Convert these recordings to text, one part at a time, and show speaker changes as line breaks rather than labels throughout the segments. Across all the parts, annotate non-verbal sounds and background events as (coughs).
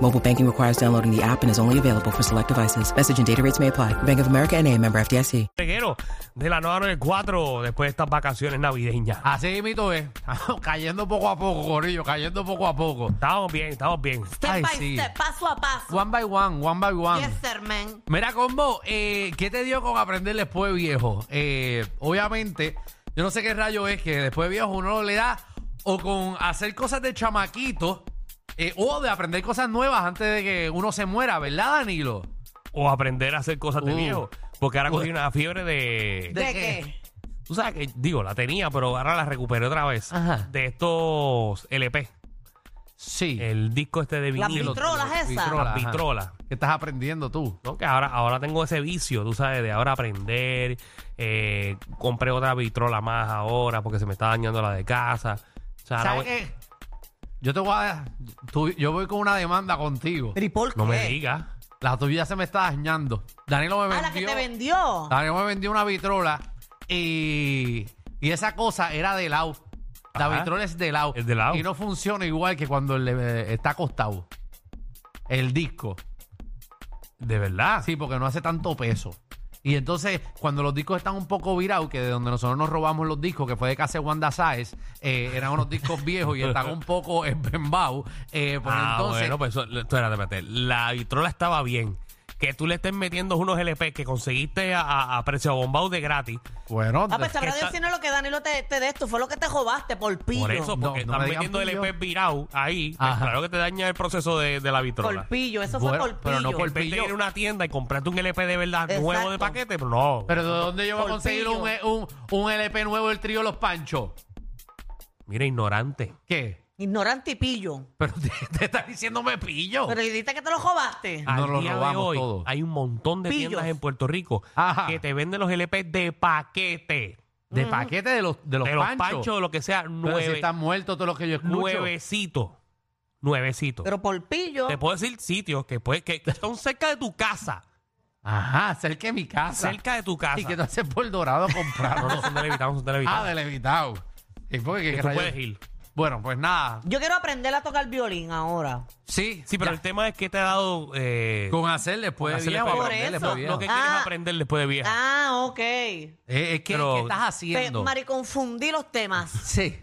Mobile banking requires downloading the app and is only available for select devices. Message and data rates may apply. Bank of America and a member FDIC.
reguero de la 994 después de estas vacaciones navideñas.
Así mito es. (laughs) Estamos cayendo poco a poco, Corillo, cayendo poco a poco.
Estamos bien, estamos bien.
Step
Ay,
by
sí.
step, paso a paso.
One by one, one by one.
Yes, sir, man.
Mera combo, eh, ¿qué te dio con aprender después de viejo? Eh, obviamente, yo no sé qué rayo es que después de viejo uno le da o con hacer cosas de chamaquito eh, o de aprender cosas nuevas antes de que uno se muera, ¿verdad, Danilo?
O aprender a hacer cosas de
Uh.
viejo. Porque ahora cogí una fiebre de...
¿De,
¿De qué?
qué?
Tú sabes que, digo, la tenía, pero ahora la recuperé otra vez.
Ajá.
De estos LP.
Sí.
El disco este de
Las
vinilo.
vitrolas esas.
vitrolas.
Las
Ajá.
vitrolas.
¿Qué estás aprendiendo tú?
¿no? Que ahora, ahora tengo ese vicio, tú sabes, de ahora aprender. eh, compré otra vitrola más ahora porque se me está dañando la de casa. O
Ah,
sea, ahora voy-
¿Sabes qué? Yo te voy a... tú- yo voy con una demanda contigo.
¿Pero y por qué?
no
Eh.
me digas.
La tuya se me está dañando. Danilo me
Ah,
vendió.
la que te vendió.
Daniel me vendió una vitrola y, y esa cosa era de lado. La
Ajá.
vitrola es de lado.
Es de lado.
Y no funciona igual que cuando le- eh, está acostado. El disco.
De verdad.
Sí, porque no hace tanto peso. Y entonces, cuando los discos están un poco virados, que de donde nosotros nos robamos los discos, que fue de Casa de Wanda Sáez, eh, eran
(laughs)
unos discos viejos y están un poco embembados. Eh, pues
ah,
entonces,
bueno, pues eso- espérate, espérate. La vitrola estaba bien. Que tú le estés metiendo unos LP que conseguiste a, a- a precio bombado de gratis.
bueno,
Ah, pues sabrá
que está-
Dios si no es lo que Danilo te, te de esto. Fue lo que te jodaste por pillo.
Por eso,
No,
porque
no
estás
me digan
metiendo
pillo.
LP virado ahí. pues
Ajá.
claro que te daña el proceso de, de la vitrola.
Por pillo. Eso
Bueno,
fue por
pero no
pillo.
por
En vez de
pillo.
ir a una tienda y comprarte un LP de verdad nuevo de
Exacto.
paquete, pero no.
pero ¿de dónde yo voy a
Por
conseguir un, E,
pillo.
un, un LP nuevo del trío Los Panchos?
Mira, ignorante.
¿Qué?
Ignorante y pillo.
Pero (laughs) te, te está diciendo me pillo.
Pero dijiste que te lo jodaste.
Ah, Nos
Al
lo
día de
robamos
hoy,
todo.
Hay un montón de
Pillos.
tiendas en Puerto Rico
Ajá.
que te venden los LP de paquete.
de paquete de los, de los
de los
panchos.
panchos, o lo que sea,
Pero si
nueve,
están muertos todos los que yo escucho.
nuevecito. Nuevecito.
Pero por pillo.
Te puedo decir sitios que, puede, que que son cerca de tu casa.
Ajá, cerca de mi casa.
Cerca de tu casa.
¿Y que tú haces por
(laughs)
dorado
No, no,
comprarlo?
son de Levitown, son de Levitown.
ah, de levitado. ¿Y por qué?
Que
¿Qué
tú
rayos?
puedes ir.
Bueno, pues nada.
Yo quiero aprender a tocar violín ahora.
Sí,
Sí, pero
ya.
el tema es que te ha dado... Eh,
con hacer después
con hacerle
de viejo.
peor.
aprender
Por
después
eso.
de
lo, lo que
viejo.
quieres
Ah.
aprender después de vieja.
Ah, ok. Te-
Eh, es que
Pero-
¿qué estás haciendo?
Mari, confundí los temas.
Sí.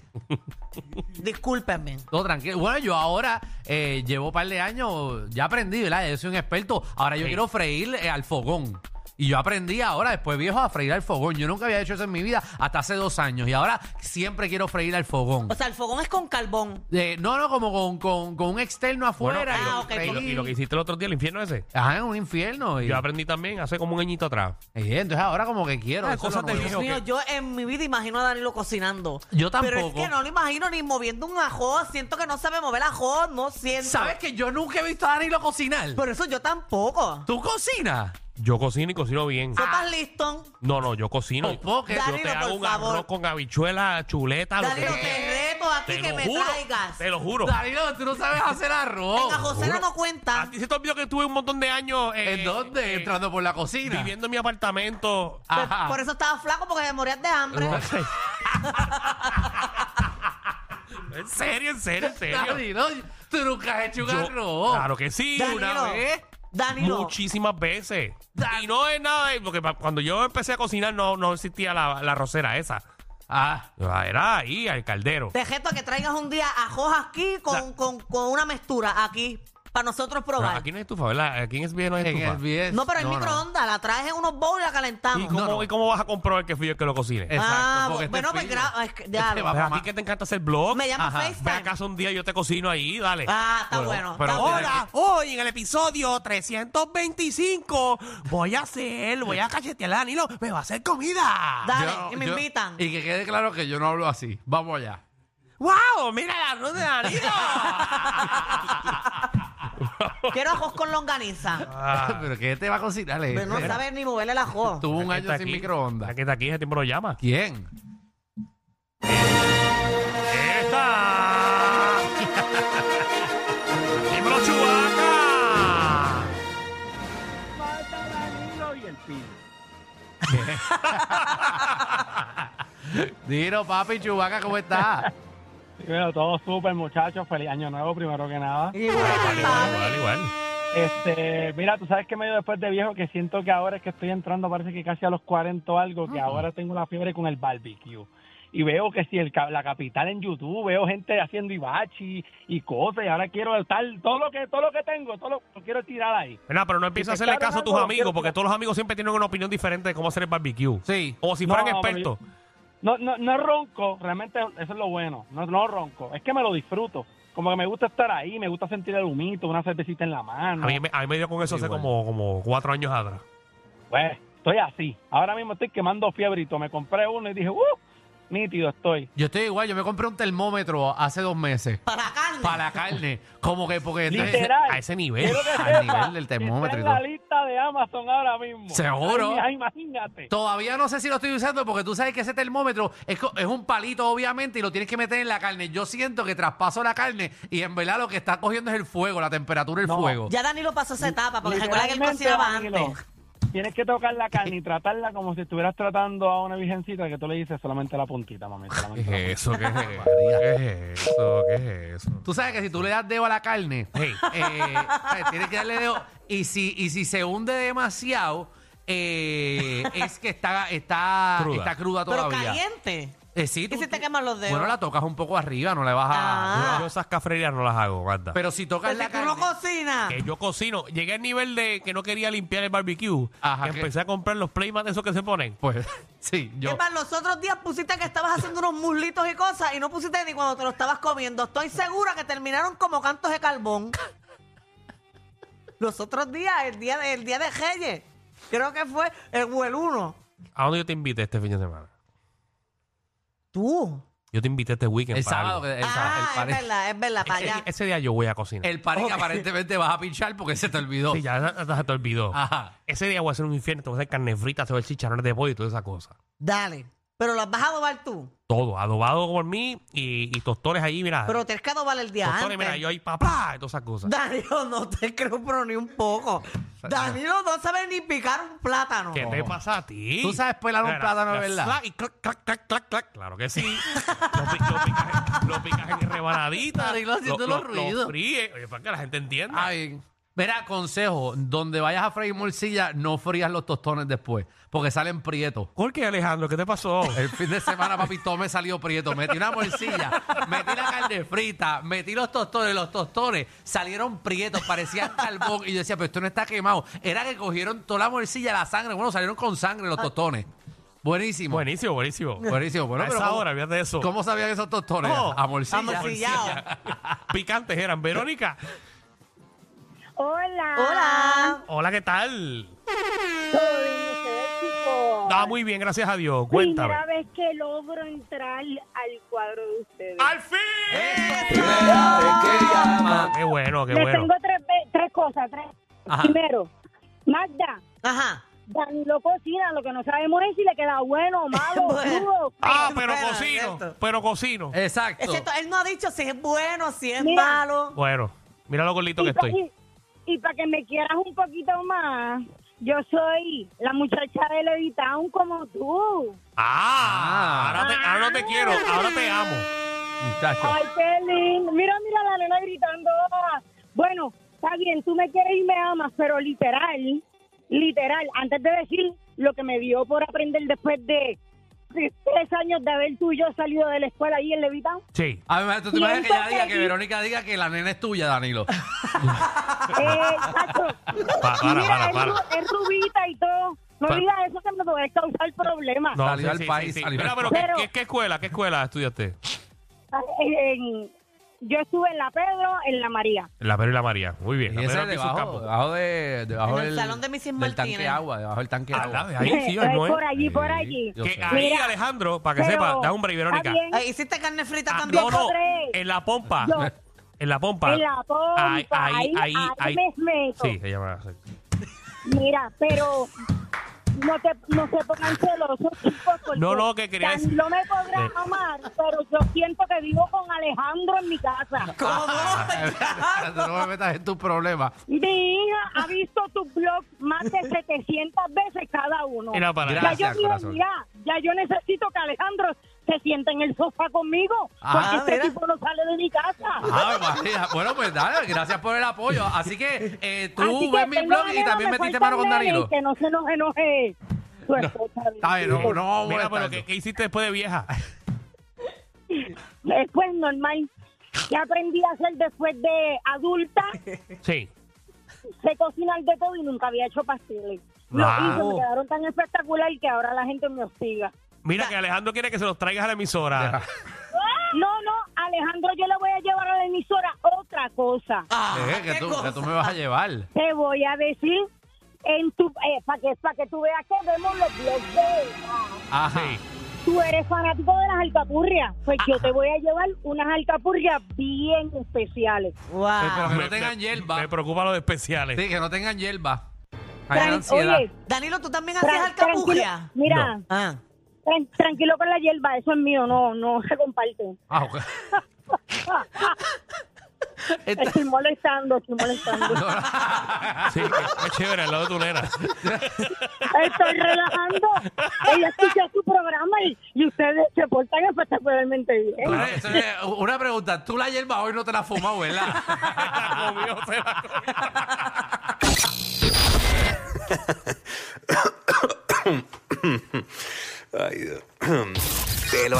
Discúlpenme.
Todo tranquilo. Bueno, yo ahora eh, llevo un par de años, ya aprendí, ¿verdad? Yo soy un experto. Ahora yo
Sí.
quiero freír eh, al fogón. Y yo aprendí ahora, después viejo, a freír al fogón. Yo nunca había hecho eso en mi vida hasta hace dos años. Y ahora siempre quiero freír al fogón.
O sea, el fogón es con carbón.
Eh, no, no, como con, con- con un externo
Bueno,
afuera.
y,
Ah,
lo,
ok,
y lo-
con-
y lo que hiciste el otro día, el infierno ese.
Ajá, en un infierno. Y,
Yo aprendí también hace como un añito atrás.
y Eh, entonces ahora como que quiero.
Ah,
eso es
cosas
lo
de
nuevo.
viejo.
Dios
Ok.
mío, yo en mi vida imagino a Danilo cocinando.
Yo
Pero es
tampoco.
que no lo imagino ni moviendo un ajo. Siento que no sabe mover ajo. No siento.
¿Sabes que yo nunca he visto a Danilo cocinar?
Por eso yo tampoco.
¿Tú cocinas?
Yo cocino y cocino bien.
Sopas Listón.
No, no, yo cocino.
Popó, que-
yo te
Danilo,
hago
Ah. por
un
favor.
arroz con habichuela, chuleta, lo que
Danilo,
tú quieras.
te reto a ti
Te
que
lo
me
juro,
traigas.
Te lo juro.
Danilo, tú no sabes hacer arroz.
en Ajocena no cuenta.
A ti se te olvidó que tuve un montón de años. eh,
Ah. ¿En Ah. dónde?
eh,
Entrando por la cocina.
viviendo en mi apartamento.
Ajá.
Por eso estaba flaco porque me morías de hambre.
en serio, en serio, en serio.
Danilo, tú nunca has hecho un
Yo-
arroz.
claro que sí.
Danilo,
una vez.
Danilo.
Muchísimas veces.
¿eh? Dan-
Y no es nada, de- porque pa- cuando yo empecé a cocinar no, no existía la, la rosera esa.
Ah,
Era ahí, al caldero.
Te reto a que traigas un día ajos aquí con, con- con una mezcla aquí. para nosotros
No,
probar.
aquí no hay estufa, ¿verdad? Aquí en SBS no hay
En
estufa.
SBS,
no, pero en
no.
microondas, la traes en unos bowls y la
¿Y
calentamos.
cómo,
No, no.
¿Y cómo vas a comprobar que fui yo el que lo cocine?
Exacto,
Ah,
porque
bueno,
este
pues
es
gra-
frío.
es que-
Este
dale.
Pero
va pa'
Pues a ti
ma-
que te encanta hacer blog.
Me llama
Ajá.
Ve
FaceTime.
a casa un día y yo te cocino ahí, dale.
Ah, está bueno,
pero
está
mira
bueno.
que- hoy en el episodio 325 voy a hacer, voy a cachetear a Danilo, me va a hacer comida.
Dale, y me invitan.
Y que quede claro que yo no hablo así. Vamos allá.
¡Wow! ¡Mira la arroz de Danilo!
Quiero ajos con longaniza.
(laughs) pero que te va a cocinar. Ale?
Ah, Pero no
Mira,
sabes ni moverle el ajo.
Tuvo (laughs) un año sin microondas.
Aquí está aquí, ese tiempo lo llama.
¿Quién?
(laughs) ¡Está! ¡Dímelo, Chubaca!
Dino, papi, Chubaca, ¿cómo estás?
Bueno, todo súper, muchachos. Feliz año nuevo, primero que nada.
Y bueno, papi,
Igual, igual.
Este, mira, tú sabes que medio después de viejo que siento que ahora es que estoy entrando, parece que casi a los 40 o algo, que ahora tengo la fiebre con el barbecue. Y veo que si el, ca- la capital en YouTube, veo gente haciendo ibachi y cosas, y ahora quiero estar todo lo que todo lo que tengo, todo lo, lo quiero tirar ahí.
Mira, pero no empieces a
Si te
hacerle
cargan
caso a tus
algo,
amigos,
quiero-
porque todos los amigos siempre tienen una opinión diferente de cómo hacer el barbecue.
Sí.
Como si
No,
fueran
pero yo-
expertos.
No, no, no ronco, realmente eso es lo bueno. No, no ronco, es que me lo disfruto. Como que me gusta estar ahí, me gusta sentir el humito, una cervecita en la mano.
A mí, me- a mí me dio con eso hace
Igual.
como, como cuatro años atrás.
Pues, estoy así. Ahora mismo estoy quemando fiebrito. Me compré uno y dije, ¡uh! Nítido estoy.
Yo estoy igual, yo me compré un termómetro hace dos meses
para la carne.
para la carne. Como que porque entonces-
Literal.
A ese nivel.
Quiero que
al nivel
sepas
del
que
termómetro y
Está en la
todo.
lista de Amazon ahora mismo.
Seguro.
Ay, ay, imagínate.
Todavía no sé si lo estoy usando porque tú sabes que ese termómetro es, co- es un palito, obviamente, y lo tienes que meter en la carne. Yo siento que traspaso la carne y en verdad lo que está cogiendo es el fuego, la temperatura del
No.
fuego.
Ya Danilo pasó esa etapa, porque pues, recuerda que él
Literalmente,
cocinaba
Danilo,
antes.
Tienes que tocar la carne y tratarla como si estuvieras tratando a una virgencita que tú le dices solamente la puntita, mami.
(laughs)
¿Qué
solamente
es
la
eso? (laughs) ¿Qué es eso?
María.
¿Qué es eso? ¿Qué es eso?
Tú sabes que si tú le das dedo a la
(laughs)
carne,
Hey.
eh, sabes, tienes que darle dedo. Y si, y si se hunde demasiado, eh, es que está, está,
Cruda.
está cruda
Pero
todavía.
caliente.
Eh, sí,
¿Y
tú-
si te
tú-
queman los dedos?
Bueno, la tocas un poco arriba, no le vas a.
Ah.
Yo- Yo esas cafrerías no las hago, guarda.
Pero si tocas
Pero
la
si tú no
carne.
cocinas.
que yo cocino. Llegué al nivel de que no quería limpiar el barbecue.
Ajá,
que
que-
empecé a comprar los playmats esos que se ponen.
Pues (laughs) sí,
Es
yo.
más, los otros días pusiste que estabas haciendo unos muslitos y cosas y no pusiste ni cuando te lo estabas comiendo. Estoy segura que terminaron como cantos de carbón. Los otros días, el día de, el día de Reyes, creo que fue el o el 1.
¿A dónde yo te invité este fin de semana?
Tú.
Yo te invité este weekend.
El
para
sábado,
algo.
que- el, sábado, el
ah,
pare-
es verdad, es verdad,
(laughs)
para allá.
Ese, ese día yo voy a cocinar.
el pare que aparentemente vas a pinchar porque se te olvidó.
Sí, ya hasta se te olvidó.
Ajá.
Ese día voy a hacer un infierno. Te voy a hacer carne frita, te voy a hacer chicharrones de pollo y toda esa cosa.
Dale. Pero las vas a adobar tú.
Todo, adobado por mí y, y tostones ahí,
Ah.
mira.
Pero tienes que adobar el
Oh,
día
tostones,
antes.
mira, yo ahí papá y todas esas cosas.
Danilo, no te creo, pero ni un
(laughs)
poco. Danilo no sabe ni picar un plátano.
¿Qué te pasa a ti?
Tú sabes pelar un
Mira,
plátano,
mira,
¿verdad?
slack Y clac, clac, clac, clac, clac. Claro que sí. lo, pi- lo picas, en- lo picas en rebanaditas.
Danilo, haciendo los ruidos.
fríes. Oye, para que la gente entienda.
Ay, verá, consejo, donde vayas a freír morcilla, no frías los tostones después, porque salen prietos.
¿Por qué, Alejandro? ¿Qué te pasó?
(laughs) El fin de semana, papi, todo me salió prieto. Metí una morcilla, metí la carne frita, metí los tostones. Los tostones salieron prietos, parecían carbón. Y yo decía, pero esto no está quemado. Era que cogieron toda la morcilla, la sangre. Bueno, salieron con sangre los tostones.
(laughs)
Buenísimo.
Ah. buenísimo, buenísimo.
Buenísimo. Bueno,
a
pero
esa
¿cómo-
hora, fíjate eso.
¿Cómo sabían esos tostones?
No,
a morcilla.
amorcillado.
Picantes eran. Verónica,
Hola. Ah.
Hola.
hola, ¿qué tal?
¿Todo bien ustedes, chicos?
Está muy bien, gracias a Dios. Cuéntame.
Primera vez que logro entrar al cuadro de ustedes.
¡Al fin! Qué bueno, qué
Les
bueno.
tengo tres, ve- tres cosas. Tres.
Ajá.
Primero, Magda,
Ajá.
Danilo cocina. Lo que no sabemos es si le queda
(laughs)
bueno o malo.
Bueno.
crudo.
Ah, pero
Espera,
cocino,
esto.
pero cocino.
Eh. Exacto.
Excepto, él no ha dicho si es bueno, si es
Mira.
malo.
Bueno, mira lo gordito que
Y pa-
estoy.
Y, para que me quieras un poquito más, yo soy la muchacha de Levitown como tú.
Ah,
Ah.
ahora, te- ahora no te quiero, ahora te amo.
Muchacho.
Ay, qué lindo. Mira, mira la nena gritando. Bueno, está bien, tú me quieres y me amas, pero literal, literal, antes de decir lo que me dio por aprender después de tres años de haber tú y yo salido de la escuela ahí
(laughs)
en Levitown.
Sí.
A ver, tú te imaginas que
Siento
ella diga,
que
que
sí.
Verónica diga que la nena es tuya, Danilo.
Eh, chacho.
Pa- para,
Y mira,
para,
es
para.
ru- Es rubita y todo. No
Pa-
digas eso que me puede causar problemas.
No,
Salió al país, salió
Mira,
al
pero,
país.
¿qué- ¿qué, qué escuela? ¿Qué escuela estudiaste?
Ah, En- yo estuve en la Pedro, en la María.
La Pedro y la María. Muy bien.
Y
La
ese
Pedro
es
aquí en su
debajo,
campo.
debajo, de, debajo
En el
del,
salón de Mrs.
del tanque
Martínez.
agua, debajo del tanque
Al lado,
agua.
Ah, ahí sí,
Eh,
ahí no es.
(laughs) por allí, por
Sí,
allí.
yo
Que
sé.
ahí,
Mira,
Alejandro, para que
pero-
sepa, da hombre, Verónica.
está bien.
Ahí Eh, hiciste carne frita
Ah,
también.
no, no,
Tres.
en la pompa.
Yo-
En la pompa.
En la pompa,
Ahí, ahí, ahí. ahí.
me meto.
Sí, ella me hace.
Mira, pero no, te, no se pongan celosos, chicos. porque
No, no, que quería decir-
Danilo me podrá
Eh.
amar, pero yo siento que vivo con Alejandro en mi casa.
(laughs)
Tú no me metas en tus problemas.
Mi hija ha visto tu blog más de 700 veces cada uno.
Era para
Gracias,
ya yo digo,
corazón.
mira, ya yo necesito que Alejandro se sienta en el sofá conmigo,
Ah,
porque
mira.
este tipo no sale de mi casa.
Ah, María. Bueno, pues dale, gracias por el apoyo. Así que eh, tú
Así que
ves mi
tengo
blog y
Danilo,
también
me
metiste
falta
mano con
el nene
Danilo. Eh,
y Que no se nos enoje su esposa.
Está bien, no, no vamos
Mira,
a
pero
molestarlo.
¿qué, qué hiciste después de vieja?
Después, pues normal, ¿qué aprendí a hacer después de adulta?
(laughs) Sí.
Sé cocinar de todo y nunca había hecho pasteles. Lo
Wow.
hice, me quedaron tan espectacular que ahora la gente me hostiga.
Mira que Alejandro quiere que se los traigas a la emisora.
No, no, Alejandro, yo le voy a llevar a la emisora otra cosa.
Ah,
Eh,
Ah,
que, tú, que tú me vas a llevar.
Te voy a decir en tu para que para que tú veas que vemos los blogs de ah,
Ajá.
tú eres fanático de las alcapurrias pues yo te voy a llevar unas alcapurrias bien especiales
Eh, Pero
Wow.
que
Me-
no tengan
me-
hierba.
Me preocupa los especiales.
Sí, que no tengan hierba. Hay
Tran-
una ansiedad.
oye
Danilo, ¿tú también
tran-
hacías
tranquilo
alcapurria?
mira
Ah.
tran- tranquilo con la hierba eso es mío no no se comparte
Ah, ok.
estoy molestando estoy molestando
(laughs) Sí, qué, qué chévere, al lado de tu
(laughs)
nena. (laughs)
estoy relajando ella escucha su programa y, y ustedes se portan espectacularmente bien
Pero eso es una pregunta. Tú la hierba hoy no te la has fumado, ¿verdad?
Comió, se la comió.
(coughs) Ay, Dios. (coughs) Te lo